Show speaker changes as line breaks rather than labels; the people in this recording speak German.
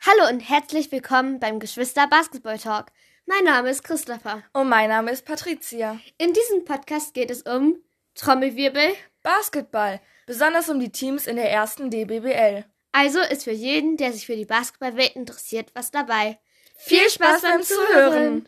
Hallo und herzlich willkommen beim Geschwister Basketball Talk. Mein Name ist Christopher.
Und mein Name ist Patricia.
In diesem Podcast geht es um Trommelwirbel.
Basketball, besonders um die Teams in der ersten DBBL.
Also ist für jeden, der sich für die Basketballwelt interessiert, was dabei.
Viel Spaß beim Zuhören!